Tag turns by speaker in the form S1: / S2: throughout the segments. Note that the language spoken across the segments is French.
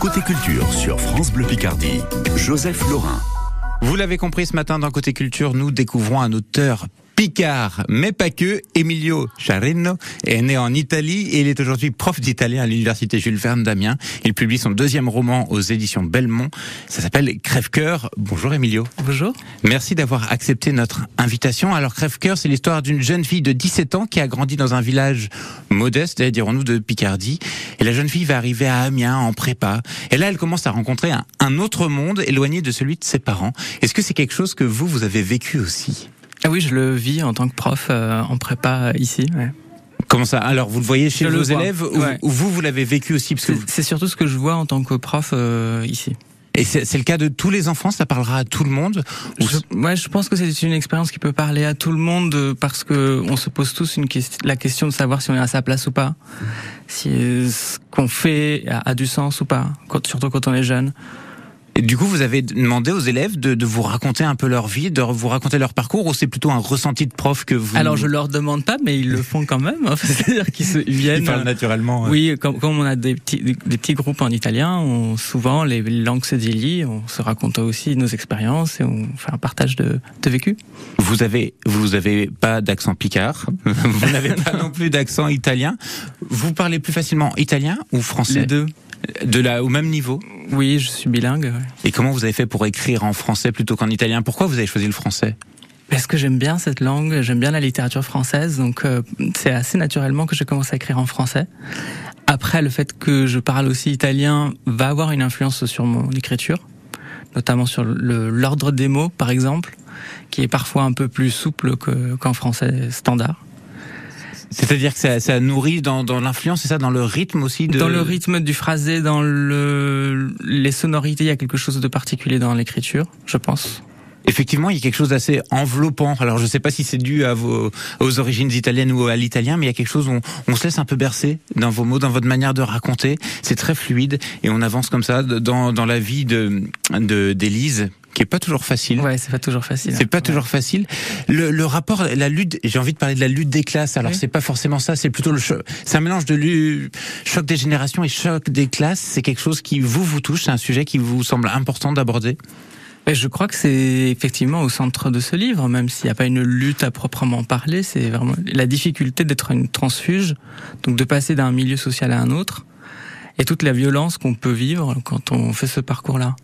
S1: Côté culture sur France Bleu Picardie, Joseph Laurin.
S2: Vous l'avez compris ce matin dans Côté Culture, nous découvrons un auteur Picard, mais pas que. Emilio Charreno est né en Italie et il est aujourd'hui prof d'italien à l'université Jules Verne d'Amiens. Il publie son deuxième roman aux éditions Belmont. Ça s'appelle Crève-cœur. Bonjour Emilio.
S3: Bonjour.
S2: Merci d'avoir accepté notre invitation. Alors Crève-cœur, c'est l'histoire d'une jeune fille de 17 ans qui a grandi dans un village modeste, eh, dirons-nous, de Picardie. Et la jeune fille va arriver à Amiens en prépa. Et là, elle commence à rencontrer un, un autre monde éloigné de celui de ses parents. Est-ce que c'est quelque chose que vous, vous avez vécu aussi
S3: Ah oui, je le vis en tant que prof euh, en prépa euh, ici. ouais.
S2: Comment ça Alors, vous le voyez chez
S3: Je le
S2: vos
S3: vois.
S2: élèves ou,
S3: Ouais.
S2: ou vous, vous l'avez vécu aussi parce que
S3: C'est
S2: vous-
S3: c'est surtout ce que je vois en tant que prof euh, ici.
S2: Et c'est c'est le cas de tous les enfants, ça parlera à tout le monde ou
S3: Je, ouais, je pense que c'est une expérience qui peut parler à tout le monde euh, parce que on se pose tous une ques- la question de savoir si on est à sa place ou pas, si euh, ce qu'on fait a, a du sens ou pas, quand- surtout quand on est jeune.
S2: Mmh. Et Du coup, vous avez demandé aux élèves de, de vous raconter un peu leur vie, de vous raconter leur parcours, ou c'est plutôt un ressenti de prof que vous...
S3: Alors je leur demande pas, mais ils le font quand même. hein. C'est-à-dire qu'ils se- ils viennent.
S2: Ils parlent
S3: euh,
S2: naturellement. euh.
S3: Oui, comme, comme on a des petits, des petits groupes en italien, on, souvent les langues se délient, on se raconte aussi nos expériences et on fait un partage de, de vécu.
S2: Vous avez, vous avez pas d'accent picard, vous n'avez pas non plus d'accent italien. Vous parlez plus facilement italien ou français
S3: Les deux.
S2: De la, au même niveau.
S3: Oui, je suis bilingue. ouais.
S2: Et comment vous avez fait pour écrire en français plutôt qu'en italien Pourquoi vous avez choisi le français
S3: Parce que j'aime bien cette langue, j'aime bien la littérature française, donc euh, c'est assez naturellement que je commence à écrire en français. Après, le fait que je parle aussi italien va avoir une influence sur mon écriture, notamment sur le- l'ordre des mots, par exemple, qui est parfois un peu plus souple que- qu'en français standard.
S2: C'est-à-dire que ça, ça nourrit dans, dans l'influence, c'est ça, dans le rythme aussi de...
S3: Dans le rythme du phrasé, dans le, les sonorités, il y a quelque chose de particulier dans l'écriture, je pense.
S2: Effectivement, il y a quelque chose d'assez enveloppant. Alors, je ne sais pas si c'est dû à vos, aux origines italiennes ou à l'italien, mais il y a quelque chose où on, on se laisse un peu bercer dans vos mots, dans votre manière de raconter. C'est très fluide et on avance comme ça de- dans, dans la vie de de- d'Élise, qui est pas toujours facile.
S3: Ouais, c'est pas toujours facile. hein.
S2: C'est pas toujours facile. Le, le rapport, la lutte, j'ai envie de parler de la lutte des classes. Alors
S3: Oui.
S2: c'est pas forcément ça, c'est plutôt le choc. C'est un mélange de lu- choc des générations et choc des classes. C'est quelque chose qui vous vous touche. C'est un sujet qui vous semble important d'aborder.
S3: Mais je crois que c'est effectivement au centre de ce livre, même s'il n'y a pas une lutte à proprement parler, c'est vraiment la difficulté d'être une transfuge, donc de passer d'un milieu social à un autre, et toute la violence qu'on peut vivre quand on fait ce parcours-là.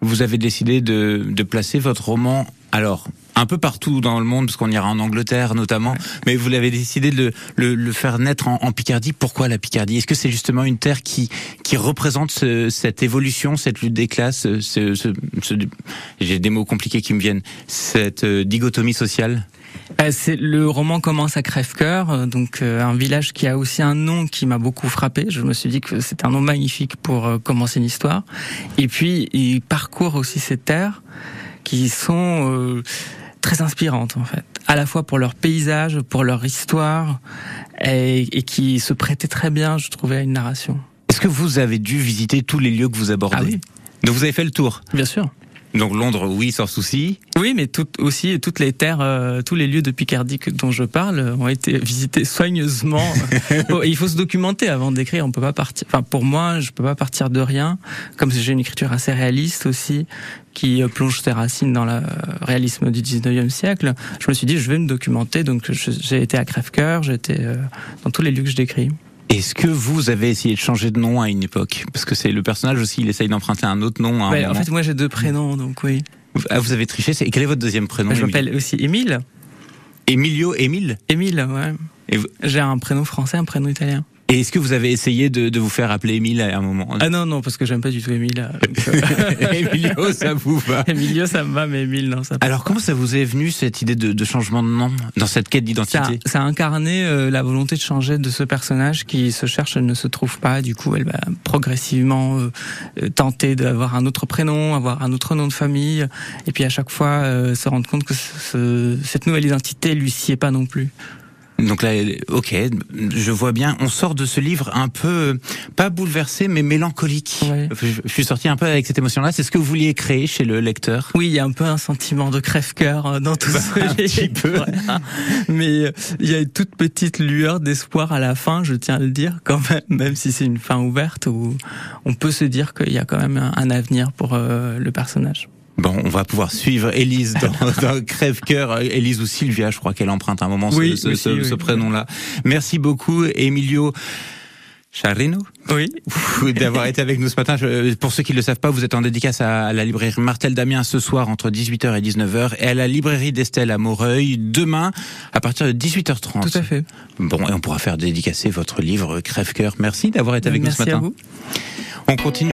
S2: vous avez décidé de, de placer votre roman, alors, un peu partout dans le monde, parce qu'on ira en Angleterre notamment, mais vous l'avez décidé de le, le- le faire naître en, en Picardie. Pourquoi la Picardie Est-ce que c'est justement une terre qui, qui représente ce- cette évolution, cette lutte des classes ce, ce- ce- J'ai des mots compliqués qui me viennent. Cette euh, dichotomie sociale
S3: Euh, c'est- le roman commence à Crèvecoeur, euh, donc euh, un village qui a aussi un nom qui m'a beaucoup frappé. Je me suis dit que c'est un nom magnifique pour euh, commencer une histoire. Et puis il parcourt aussi ces terres qui sont euh, très inspirantes en fait, à la fois pour leur paysage, pour leur histoire, et, et qui se prêtaient très bien, je trouvais, à une narration.
S2: Est-ce que vous avez dû visiter tous les lieux que vous abordez
S3: Ah oui.
S2: Donc vous avez fait le tour.
S3: Bien sûr.
S2: Donc Londres, oui, sans souci.
S3: Oui, mais tout, aussi toutes les terres, euh, tous les lieux de Picardie que- dont je parle euh, ont été visités soigneusement. Bon, il faut se documenter avant d'écrire. On peut pas partir. Enfin, pour moi, je peux pas partir de rien. Comme j'ai une écriture assez réaliste aussi, qui euh, plonge ses racines dans le euh, réalisme du 19e siècle. Je me suis dit, je vais me documenter. Donc, je- j'ai été à Crèvecoeur, j'ai été euh, dans tous les lieux que je décris.
S2: Est-ce que vous avez essayé de changer de nom à une époque Parce que c'est le personnage aussi, il essaye d'emprunter un autre nom. À un
S3: Ouais, en
S2: moment.
S3: fait, moi, j'ai deux prénoms, donc oui.
S2: Ah, vous avez triché. c'est- Quel est votre deuxième prénom
S3: je
S2: Émile
S3: m'appelle aussi Émile.
S2: Emilio Émile.
S3: Émile, ouais.
S2: Et vous-
S3: J'ai un prénom français, un prénom italien.
S2: Et est-ce que vous avez essayé de, de vous faire appeler Émile à un moment
S3: Ah non, non, parce que j'aime pas du tout Émile. donc, euh,
S2: Emilio, ça vous va.
S3: Emilio, ça me va, mais Emile, non, ça me va.
S2: Alors comment ça vous est venu cette idée de, de changement de nom dans cette quête
S3: Ça,
S2: d'identité
S3: ça a incarné euh, la volonté de changer de ce personnage qui se cherche et ne se trouve pas. Du coup, elle va progressivement euh, euh, tenter d'avoir un autre prénom, avoir un autre nom de famille, et puis à chaque fois euh, se rendre compte que ce- cette nouvelle identité lui sied pas non plus.
S2: Donc là, ok, je vois bien. On sort de ce livre un peu pas bouleversé, mais mélancolique.
S3: Ouais.
S2: Je- Je suis sorti un peu avec cette émotion-là. C'est ce que vous vouliez créer chez le lecteur.
S3: Oui, il y a un peu un sentiment de crève-cœur euh, dans tout ce
S2: Bah, un petit peu.
S3: Ouais. Mais euh, il y a une toute petite lueur d'espoir à la fin, je tiens à le dire quand même, même si c'est une fin ouverte où on peut se dire qu'il y a quand même un, un avenir pour euh, le personnage.
S2: Bon, on va pouvoir suivre Élise dans, dans Crève-Cœur. Élise ou Sylvia, je crois qu'elle emprunte un moment ce-
S3: Oui,
S2: ce,
S3: oui,
S2: ce-
S3: si, oui.
S2: ce prénom-là. Merci beaucoup, Emilio. Charrino,
S3: Oui,
S2: d'avoir été avec nous ce matin. Je- Pour ceux qui ne le savent pas, vous êtes en dédicace à à la librairie Martel Damien ce soir entre 18h et 19h et à la librairie d'Estelle à Moreuil demain à partir de 18h30.
S3: tout à fait.
S2: Bon, et on pourra faire dédicacer votre livre Crève-Cœur. Merci d'avoir été avec
S3: Merci
S2: nous ce matin.
S3: à vous.
S2: On continue.